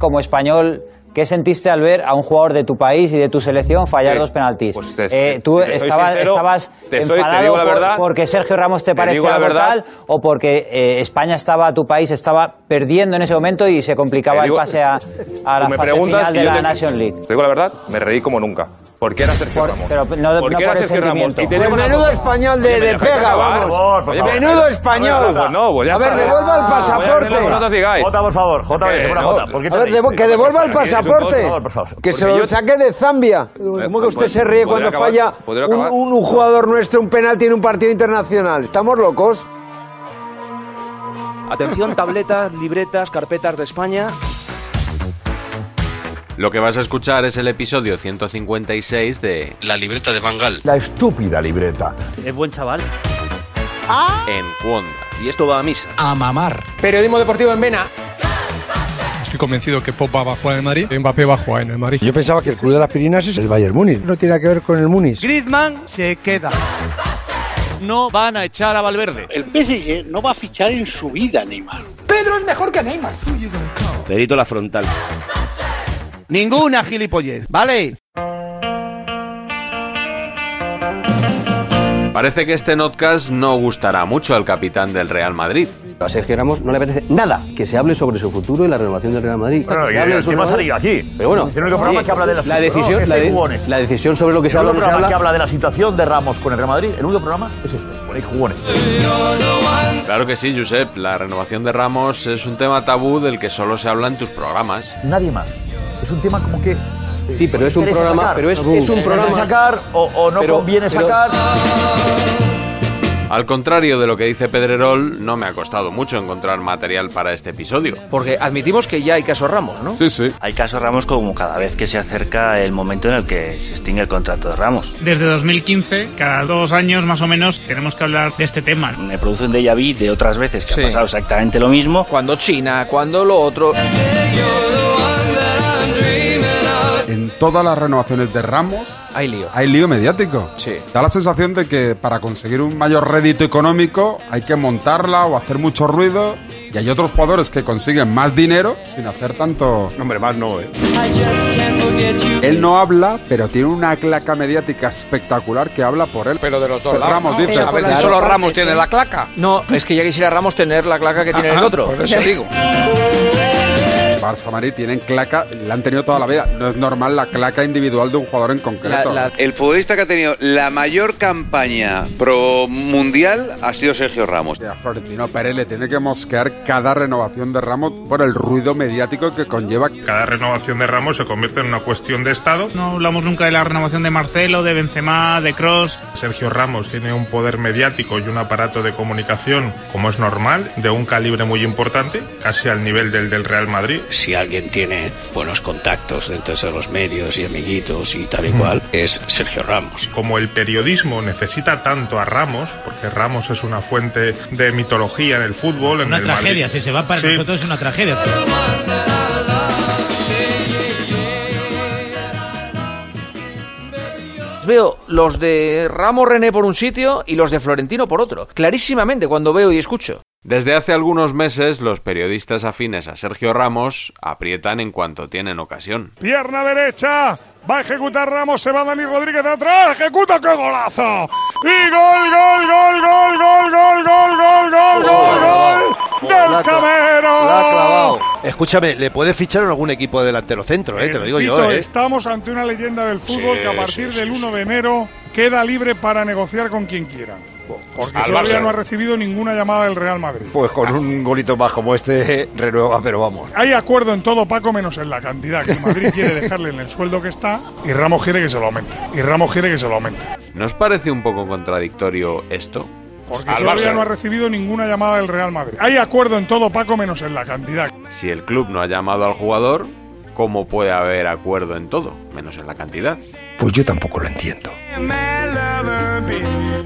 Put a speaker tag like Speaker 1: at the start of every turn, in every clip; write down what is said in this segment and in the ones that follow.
Speaker 1: Como español, ¿qué sentiste al ver a un jugador de tu país y de tu selección fallar
Speaker 2: Sí,
Speaker 1: dos penaltis?
Speaker 2: pues te-
Speaker 1: Eh, ¿Tú
Speaker 2: te soy
Speaker 1: estaba-
Speaker 2: sincero,
Speaker 1: estabas
Speaker 2: te soy- te
Speaker 1: enfadado
Speaker 2: digo la
Speaker 1: por-
Speaker 2: verdad,
Speaker 1: porque Sergio Ramos te
Speaker 2: te
Speaker 1: parecía
Speaker 2: digo la verdad.
Speaker 1: brutal o porque eh, España estaba, tu país estaba perdiendo en ese momento y se complicaba
Speaker 2: Te digo-
Speaker 1: el pase a, a la
Speaker 2: Tú me
Speaker 1: fase
Speaker 2: preguntas
Speaker 1: final
Speaker 2: y
Speaker 1: de
Speaker 2: yo
Speaker 1: la
Speaker 2: te-
Speaker 1: Nations League?
Speaker 2: Te digo la verdad, me reí como nunca. Porque era Sergio
Speaker 1: Por-
Speaker 2: Ramos.
Speaker 1: pero no-
Speaker 2: porque
Speaker 1: no
Speaker 2: era
Speaker 1: por
Speaker 2: Sergio Ramos.
Speaker 1: sentimiento.
Speaker 2: Y te
Speaker 1: Pues
Speaker 2: digo una
Speaker 3: menudo
Speaker 2: cosa.
Speaker 3: español de-
Speaker 2: Oye, ¿me
Speaker 3: de
Speaker 2: dejáis
Speaker 3: pega,
Speaker 2: acabar?
Speaker 3: vamos.
Speaker 4: Por favor,
Speaker 2: Oye, me-
Speaker 4: por favor.
Speaker 3: Menudo español.
Speaker 2: Pues no, pues ya
Speaker 3: A ver,
Speaker 2: está.
Speaker 3: devuelva el
Speaker 2: Voy a hacer
Speaker 3: pasaporte.
Speaker 2: lo que vosotros digáis.
Speaker 4: Jota, por favor, Jota,
Speaker 2: Eh,
Speaker 4: que se pone
Speaker 2: no.
Speaker 4: Jota. ¿Por qué te
Speaker 3: A ver,
Speaker 4: reís?
Speaker 3: devo- que
Speaker 4: ¿Por qué
Speaker 3: devuelva el
Speaker 2: Aquí es un
Speaker 3: pasaporte.
Speaker 2: todo, por favor.
Speaker 3: Que se
Speaker 2: Porque
Speaker 3: lo
Speaker 2: yo-
Speaker 3: saque de Zambia. ¿Cómo que usted
Speaker 2: pues,
Speaker 3: se ríe cuando
Speaker 2: podría acabar-
Speaker 3: falla
Speaker 2: podría
Speaker 3: un,
Speaker 2: acabar.
Speaker 3: un- un jugador nuestro un penalti en un partido internacional? ¿Estamos locos?
Speaker 5: Atención, tabletas, libretas, carpetas de España.
Speaker 6: Lo que vas a escuchar es el episodio 156 de La libreta de Bangal
Speaker 7: La estúpida libreta.
Speaker 8: Es buen chaval.
Speaker 6: en Cuonda.
Speaker 5: Y esto va a misa.
Speaker 7: A mamar.
Speaker 9: Periodismo deportivo en Vena.
Speaker 4: Estoy convencido que Pop va a jugar en el Madrid, Mbappé va a jugar en el Madrid.
Speaker 7: Yo pensaba que el club de las Pirinas es el Bayern Múnich. No tiene nada que ver con el Múnich.
Speaker 8: Griezmann se queda. No van a echar a Valverde.
Speaker 9: El PSG no va a fichar en su vida, Neymar.
Speaker 4: Pedro es mejor que Neymar.
Speaker 5: Perito la frontal.
Speaker 8: Ninguna gilipollez, ¿vale?
Speaker 6: Parece que este podcast no gustará mucho al capitán del Real Madrid.
Speaker 5: A Sergio Ramos no le apetece nada que se hable sobre su futuro y la renovación del Real Madrid.
Speaker 4: Bueno, y el tema ha salido aquí.
Speaker 5: Pero bueno,
Speaker 4: Es el único programa que habla de la
Speaker 5: la decisión, la, de- la decisión sobre lo que se
Speaker 4: El
Speaker 5: habla o no
Speaker 4: único
Speaker 5: se
Speaker 4: programa que
Speaker 5: habla.
Speaker 4: habla de la situación de Ramos con el Real Madrid, el único programa es este. Bueno, hay jugones.
Speaker 6: Claro que sí, Josep, la renovación de Ramos es un tema tabú del que solo se habla en tus programas.
Speaker 4: Nadie más. Es un tema como que. eh,
Speaker 5: Sí, pero es un
Speaker 4: interesa
Speaker 5: programa-
Speaker 4: sacar.
Speaker 5: pero es- es un
Speaker 4: Interesa
Speaker 5: programa-
Speaker 4: sacar o, o no
Speaker 5: Pero-
Speaker 4: conviene
Speaker 5: pero-
Speaker 4: sacar.
Speaker 6: Al contrario de lo que dice Pedrerol, no me ha costado mucho encontrar material para este episodio.
Speaker 5: Porque admitimos que ya hay caso Ramos, ¿no?
Speaker 2: Sí, sí.
Speaker 8: Hay caso Ramos como cada vez que se acerca el momento en el que se extingue el contrato de Ramos.
Speaker 9: Desde 2015, cada dos años más o menos, tenemos que hablar de este tema.
Speaker 8: Me produce un déjà vu de otras veces que
Speaker 5: Sí.
Speaker 8: ha pasado exactamente lo mismo.
Speaker 5: Cuando China, cuando lo otro.
Speaker 7: En todas las renovaciones de Ramos
Speaker 5: Hay lío.
Speaker 7: hay lío mediático.
Speaker 5: Sí.
Speaker 7: Da la sensación de que para conseguir un mayor rédito económico hay que montarla o hacer mucho ruido. Y hay otros jugadores que consiguen más dinero sin hacer tanto...
Speaker 2: Hombre, más no, ¿eh?
Speaker 7: Él no habla, pero tiene una claca mediática espectacular que habla por él. Pero de los dos Ramos dice. A veces solo Ramos tiene la claca. Ah,
Speaker 5: No, es que ya quisiera Ramos tener la claca que tiene el otro. Por eso digo.
Speaker 7: Barça Madrid tienen claca, la han tenido toda la vida. No es normal la claca individual de un jugador en concreto.
Speaker 9: El futbolista que ha tenido la mayor campaña pro mundial ha sido Sergio Ramos.
Speaker 7: Que A Florentino Pérez le tiene que mosquear cada renovación de Ramos por el ruido mediático que conlleva.
Speaker 4: Cada renovación de Ramos se convierte en una cuestión de Estado.
Speaker 9: No hablamos nunca de la renovación de Marcelo, de Benzema, de Cross.
Speaker 4: Sergio Ramos tiene un poder mediático y un aparato de comunicación, como es normal, de un calibre muy importante, casi al nivel del del Real Madrid.
Speaker 8: Si alguien tiene buenos contactos dentro de los medios y amiguitos y tal y cual, es Sergio Ramos.
Speaker 4: Mm. Como el periodismo necesita tanto a Ramos, porque Ramos es una fuente de mitología en el fútbol, en
Speaker 9: Una
Speaker 4: el
Speaker 9: tragedia,
Speaker 4: Madrid.
Speaker 9: si se va para
Speaker 4: Sí.
Speaker 9: nosotros es una tragedia.
Speaker 5: Veo los de Ramos René por un sitio y los de Florentino por otro. Clarísimamente cuando veo y escucho.
Speaker 6: Desde hace algunos meses, los periodistas afines a Sergio Ramos aprietan en cuanto tienen ocasión.
Speaker 10: Pierna derecha. Va a ejecutar Ramos, se va Dani Rodríguez de atrás, ejecuta, qué golazo. Y gol, gol, gol, gol, gol, gol, gol, gol, gol, gol, gol del Camero.
Speaker 11: Escúchame, le puede fichar en algún equipo de delantero centro, eh, te lo digo yo.
Speaker 10: Tito,
Speaker 11: Eh.
Speaker 10: Estamos ante una leyenda del fútbol
Speaker 11: Sí,
Speaker 10: que a partir del 1 de enero queda libre para negociar con quien quiera. Porque
Speaker 11: Al
Speaker 10: todavía
Speaker 11: Barça.
Speaker 10: no ha recibido ninguna llamada del Real Madrid.
Speaker 11: Pues con un golito más como este renueva, pero vamos.
Speaker 10: Hay acuerdo en todo, Paco, menos en la cantidad que el Madrid quiere dejarle en el sueldo que está y Ramos quiere que se lo aumente. Y Ramos quiere que se lo aumente.
Speaker 6: ¿Nos parece un poco contradictorio esto?
Speaker 10: Porque todavía no ha recibido ninguna llamada del Real Madrid. Hay acuerdo en todo, Paco, menos en la cantidad.
Speaker 6: Si el club no ha llamado al jugador, ¿cómo puede haber acuerdo en todo, menos en la cantidad?
Speaker 11: Pues yo tampoco lo entiendo.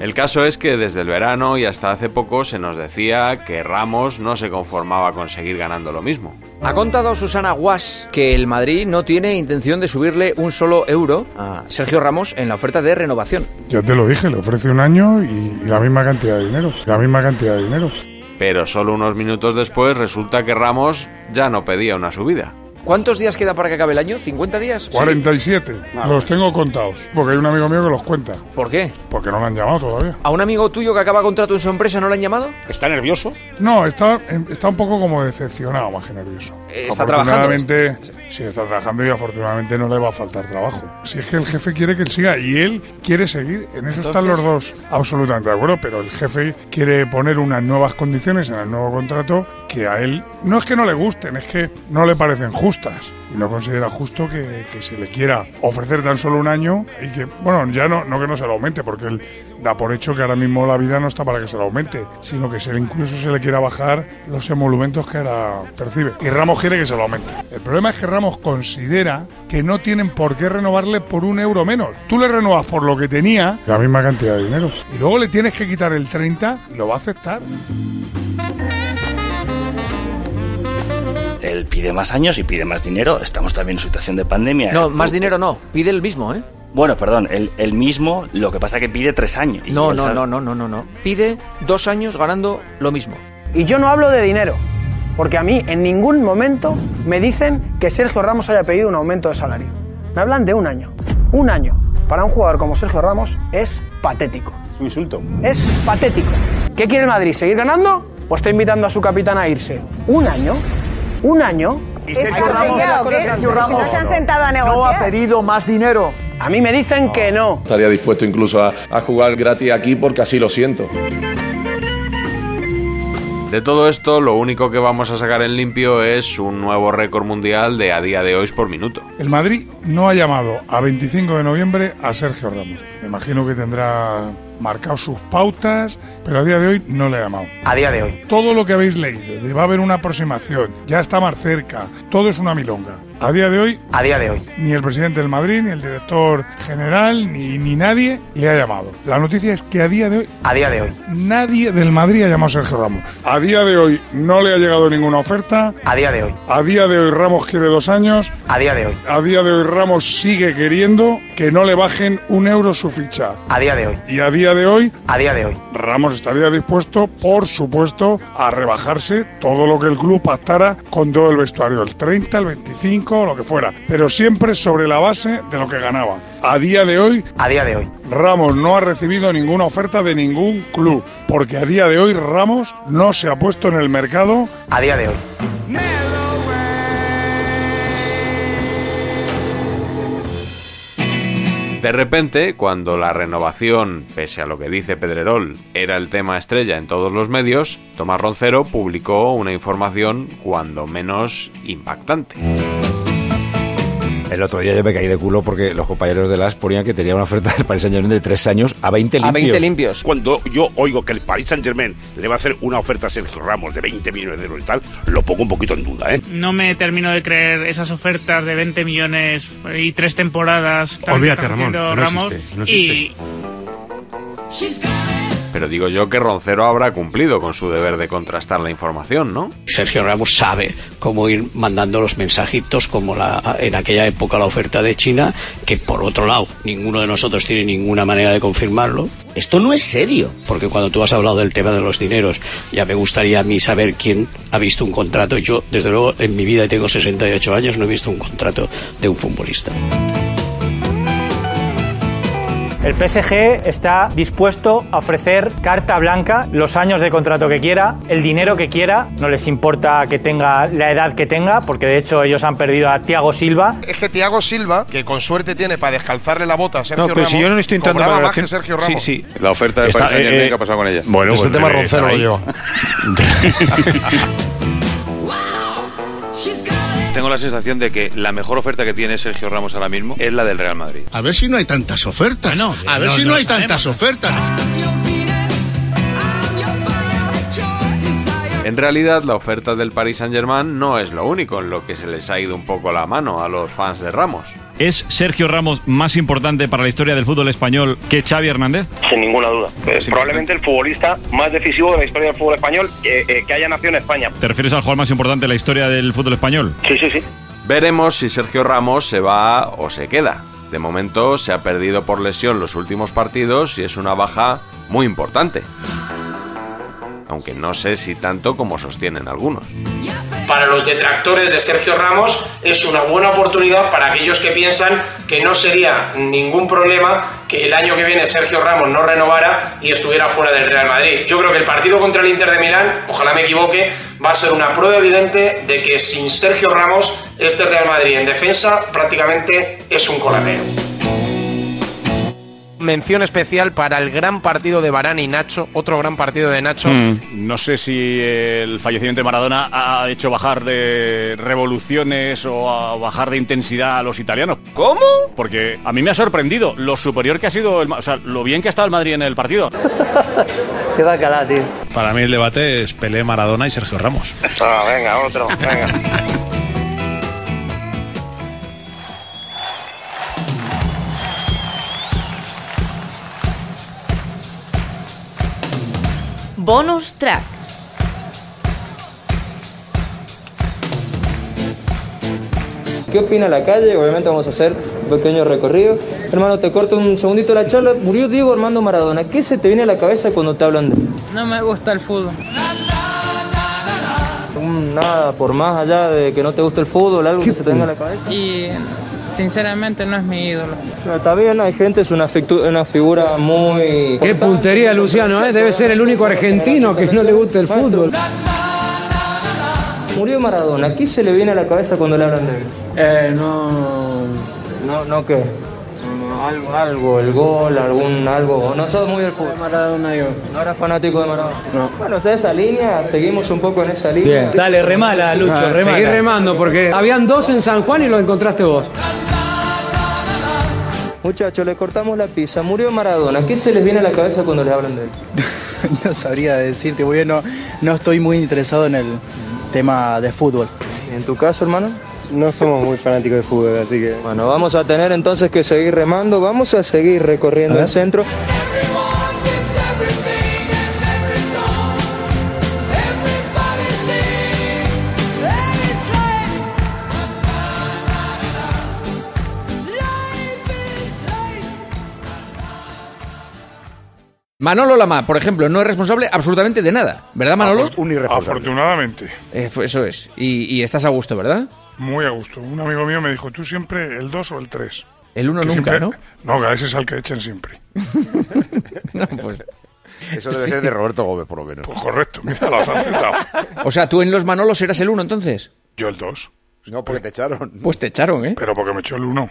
Speaker 6: El caso es que desde el verano y hasta hace poco se nos decía que Ramos no se conformaba con seguir ganando lo mismo.
Speaker 5: Ha contado Susana Guas que el Madrid no tiene intención de subirle un solo euro
Speaker 12: Ah,
Speaker 5: a Sergio Ramos en la oferta de renovación.
Speaker 10: Ya te lo dije, le ofrece un año y, y la misma cantidad de dinero. La misma cantidad de dinero.
Speaker 6: Pero solo unos minutos después resulta que Ramos ya no pedía una subida.
Speaker 5: ¿Cuántos días queda para que acabe el año? ¿50 días?
Speaker 10: 47. Los tengo contados. Porque hay un amigo mío que los cuenta.
Speaker 5: ¿Por qué?
Speaker 10: Porque no lo han llamado todavía.
Speaker 5: ¿A un amigo tuyo que acaba contrato en su empresa no le han llamado?
Speaker 10: ¿Está nervioso? No, está, em, está un poco como decepcionado, más que nervioso.
Speaker 5: Eh, está trabajando.
Speaker 10: Afortunadamente, Eh, sí, está trabajando y afortunadamente no le va a faltar trabajo. Si es que el jefe quiere que él siga y él quiere seguir, en eso están los dos
Speaker 13: Entonces-
Speaker 10: absolutamente de acuerdo, pero el jefe quiere poner unas nuevas condiciones en el nuevo contrato que a él no es que no le gusten, es que no le parecen justas. Y no considera justo que, que se le quiera ofrecer tan solo un año y que, bueno, ya no, no que no se lo aumente, porque él da por hecho que ahora mismo la vida no está para que se lo aumente, sino que se, le- incluso se le quiera bajar los emolumentos que ahora percibe. Y Ramos quiere que se lo aumente. El problema es que Ramos considera que no tienen por qué renovarle por un euro menos. Tú le renovas por lo que tenía, la misma cantidad de dinero, y luego le tienes que quitar el 30 y lo va a aceptar.
Speaker 8: Él pide más años y pide más dinero. Estamos también en situación de pandemia.
Speaker 5: No,
Speaker 8: El-
Speaker 5: más dinero no. Pide el mismo, ¿eh?
Speaker 8: Bueno, perdón, el, el mismo, lo que pasa que pide tres años. Y
Speaker 5: No,
Speaker 8: él
Speaker 5: no,
Speaker 8: sabe-
Speaker 5: no, no, no, no, no. Pide dos años ganando lo mismo.
Speaker 12: Y yo no hablo de dinero, porque a mí en ningún momento me dicen que Sergio Ramos haya pedido un aumento de salario. Me hablan de un año. Un año para un jugador como Sergio Ramos es patético. Es un insulto. Es patético. ¿Qué quiere el Madrid? ¿Seguir ganando? ¿O está invitando a su capitán a irse? Un año. Un año.
Speaker 14: ¿Y Sergio ¿Estás Ramos? ya o qué?
Speaker 12: Sergio
Speaker 14: Pero si no
Speaker 12: Ramos
Speaker 14: se han sentado a negociar.
Speaker 12: No ha pedido más dinero. A mí me dicen que no.
Speaker 15: Estaría dispuesto incluso a, a jugar gratis aquí porque así lo siento.
Speaker 6: De todo esto, lo único que vamos a sacar en limpio es un nuevo récord mundial de a día de hoy por minuto.
Speaker 10: El Madrid no ha llamado a 25 de noviembre a Sergio Ramos. Me imagino que tendrá marcado sus pautas, pero a día de hoy no le ha llamado.
Speaker 16: A día de hoy.
Speaker 10: Todo lo que habéis leído, de va a haber una aproximación, ya está más cerca, todo es una milonga. A día de hoy...
Speaker 16: A día de hoy.
Speaker 10: Ni el presidente del Madrid, ni el director general, ni, ni nadie le ha llamado. La noticia es que a día de hoy...
Speaker 16: A día de hoy.
Speaker 10: Nadie del Madrid ha llamado a Sergio Ramos. A día de hoy no le ha llegado ninguna oferta.
Speaker 16: A día de hoy.
Speaker 10: A día de hoy Ramos quiere dos años.
Speaker 16: A día de hoy.
Speaker 10: A día de hoy Ramos sigue queriendo que no le bajen un euro su ficha.
Speaker 16: A día de hoy.
Speaker 10: Y a día de hoy,
Speaker 16: A día de hoy.
Speaker 10: Ramos estaría dispuesto, por supuesto, a rebajarse todo lo que el club pactara con todo el vestuario, el 30, el 25, lo que fuera, pero siempre sobre la base de lo que ganaba. A día de hoy,
Speaker 16: A día de hoy.
Speaker 10: Ramos no ha recibido ninguna oferta de ningún club, porque a día de hoy Ramos no se ha puesto en el mercado.
Speaker 16: A día de hoy.
Speaker 6: De repente, cuando la renovación, pese a lo que dice Pedrerol, era el tema estrella en todos los medios, Tomás Roncero publicó una información cuando menos impactante.
Speaker 11: El otro día yo me caí de culo porque los compañeros de las ponían que tenía una oferta del Paris Saint Germain de tres años a 20 limpios.
Speaker 5: limpios.
Speaker 17: Cuando yo oigo que el Paris Saint Germain le va a hacer una oferta a Sergio Ramos de 20 millones de euros y tal, lo pongo un poquito en duda, ¿eh?
Speaker 18: No me termino de creer esas ofertas de 20 millones y tres temporadas.
Speaker 19: Olvídate,
Speaker 18: Está
Speaker 19: Ramón,
Speaker 18: haciendo
Speaker 19: que no
Speaker 18: Ramos
Speaker 19: existe, no
Speaker 18: y
Speaker 6: Pero digo yo que Roncero habrá cumplido con su deber de contrastar la información, ¿no?
Speaker 20: Sergio Ramos sabe cómo ir mandando los mensajitos, como la, en aquella época la oferta de China, que por otro lado, ninguno de nosotros tiene ninguna manera de confirmarlo. Esto no es serio. Porque cuando tú has hablado del tema de los dineros, ya me gustaría a mí saber quién ha visto un contrato. Yo, desde luego, en mi vida, y tengo 68 años, no he visto un contrato de un futbolista.
Speaker 13: El PSG está dispuesto a ofrecer carta blanca, los años de contrato que quiera, el dinero que quiera. No les importa que tenga la edad que tenga, porque de hecho ellos han perdido a Thiago Silva.
Speaker 16: Es que Thiago Silva, que con suerte tiene para descalzarle la bota a Sergio
Speaker 13: pero si
Speaker 16: Ramos,
Speaker 13: yo no estoy entrando en
Speaker 16: cobraba más
Speaker 13: valoración-
Speaker 16: que Sergio Ramos.
Speaker 13: Sí,
Speaker 6: La oferta de
Speaker 16: Está-
Speaker 6: Paris Saint-Germain,
Speaker 16: eh, eh,
Speaker 6: ¿qué ha pasado con ella?
Speaker 16: Bueno, Ese pues, tema eh, Roncero está ahí. lo
Speaker 19: Tengo la sensación de que la mejor oferta que tiene Sergio Ramos ahora mismo es la del Real Madrid.
Speaker 21: A ver si no hay tantas ofertas. a ver
Speaker 19: no,
Speaker 21: si no,
Speaker 19: no
Speaker 21: hay tantas ofertas.
Speaker 6: En realidad, la oferta del Paris Saint-Germain no es lo único en lo que se les ha ido un poco la mano a los fans de Ramos.
Speaker 22: ¿Es Sergio Ramos más importante para la historia del fútbol español que Xavi Hernández?
Speaker 23: Sin ninguna duda. Es probablemente el futbolista más decisivo de la historia del fútbol español eh, eh, que haya nacido en España.
Speaker 22: ¿Te refieres al jugador más importante de la historia del fútbol español?
Speaker 23: Sí, sí, sí.
Speaker 6: Veremos si Sergio Ramos se va o se queda. De momento se ha perdido por lesión los últimos partidos y es una baja muy importante. Aunque no sé si tanto como sostienen algunos.
Speaker 3: Para los detractores de Sergio Ramos es una buena oportunidad para aquellos que piensan que no sería ningún problema que el año que viene Sergio Ramos no renovara y estuviera fuera del Real Madrid. Yo creo que el partido contra el Inter de Milán, ojalá me equivoque, va a ser una prueba evidente de que sin Sergio Ramos este Real Madrid en defensa prácticamente es un coladero.
Speaker 24: Mención especial para el gran partido de Barán y Nacho, otro gran partido de Nacho. Mm. No sé si el fallecimiento de Maradona ha hecho bajar de revoluciones o a bajar de intensidad a los italianos. ¿Cómo? Porque a mí me ha sorprendido lo superior que ha sido, el, Ma- o sea, lo bien que ha estado el Madrid en el partido.
Speaker 25: Qué bacalá, tío.
Speaker 26: Para mí el debate es Pelé, Maradona y Sergio Ramos.
Speaker 23: Ah, venga, otro, venga.
Speaker 13: Bonus track.
Speaker 27: ¿Qué opina la calle? Obviamente vamos a hacer un pequeño recorrido. Hermano, te corto un segundito la charla. Murió Diego Armando Maradona. ¿Qué se te viene a la cabeza cuando te hablan de él?
Speaker 28: No me gusta el fútbol.
Speaker 27: Un Nada, por más allá de que no te guste el fútbol, algo que se te venga a la cabeza.
Speaker 28: Y sinceramente no es mi ídolo.
Speaker 27: No, está bien, hay gente, es una, fictu- una figura muy...
Speaker 29: Qué puntería, Luciano, ¿eh? Debe ser el único argentino que no le gusta el fútbol.
Speaker 27: Murió Maradona. ¿Qué se le viene a la cabeza cuando le hablan de él? Eh, no... No, no, ¿qué? Algo, algo, el gol, algún algo. No sos muy del fútbol. Maradona yo. ¿No eras fanático de Maradona? No. Bueno, o sea, esa línea, seguimos un poco en esa línea. Ah,
Speaker 29: Bien. Dale, remala, Lucho,
Speaker 24: Ah,
Speaker 29: remala. Seguí remando porque habían dos en San Juan y lo encontraste vos.
Speaker 27: Muchachos, le cortamos la pizza. Murió Maradona. ¿Qué se les viene a la cabeza cuando les hablan de él?
Speaker 30: No sabría decirte, porque no, no estoy muy interesado en el tema de fútbol.
Speaker 27: ¿En tu caso, hermano? No somos muy fanáticos de fútbol, así que... Bueno, vamos a tener entonces que seguir remando. Vamos a seguir recorriendo el centro.
Speaker 5: Manolo Lama, por ejemplo, no es responsable absolutamente de nada. ¿Verdad,
Speaker 11: Ah,
Speaker 5: Manolo?
Speaker 11: pues,
Speaker 10: Afor- Afortunadamente.
Speaker 5: Eh, fue- eso es. Y, y estás a gusto, ¿verdad?
Speaker 10: Muy a gusto. Un amigo mío me dijo, tú siempre el 2 o el 3.
Speaker 5: El uno nunca, ¿no?
Speaker 10: No, que ese es al que echan siempre.
Speaker 5: pues,
Speaker 11: Eso debe ser de Roberto Gómez, por lo menos.
Speaker 10: Pues correcto, mira, lo has acertado.
Speaker 5: O sea, tú en los Manolos eras el uno entonces.
Speaker 10: Yo el 2.
Speaker 11: No, porque te echaron.
Speaker 5: Pues te echaron, ¿eh?
Speaker 10: Pero porque me echó el 1.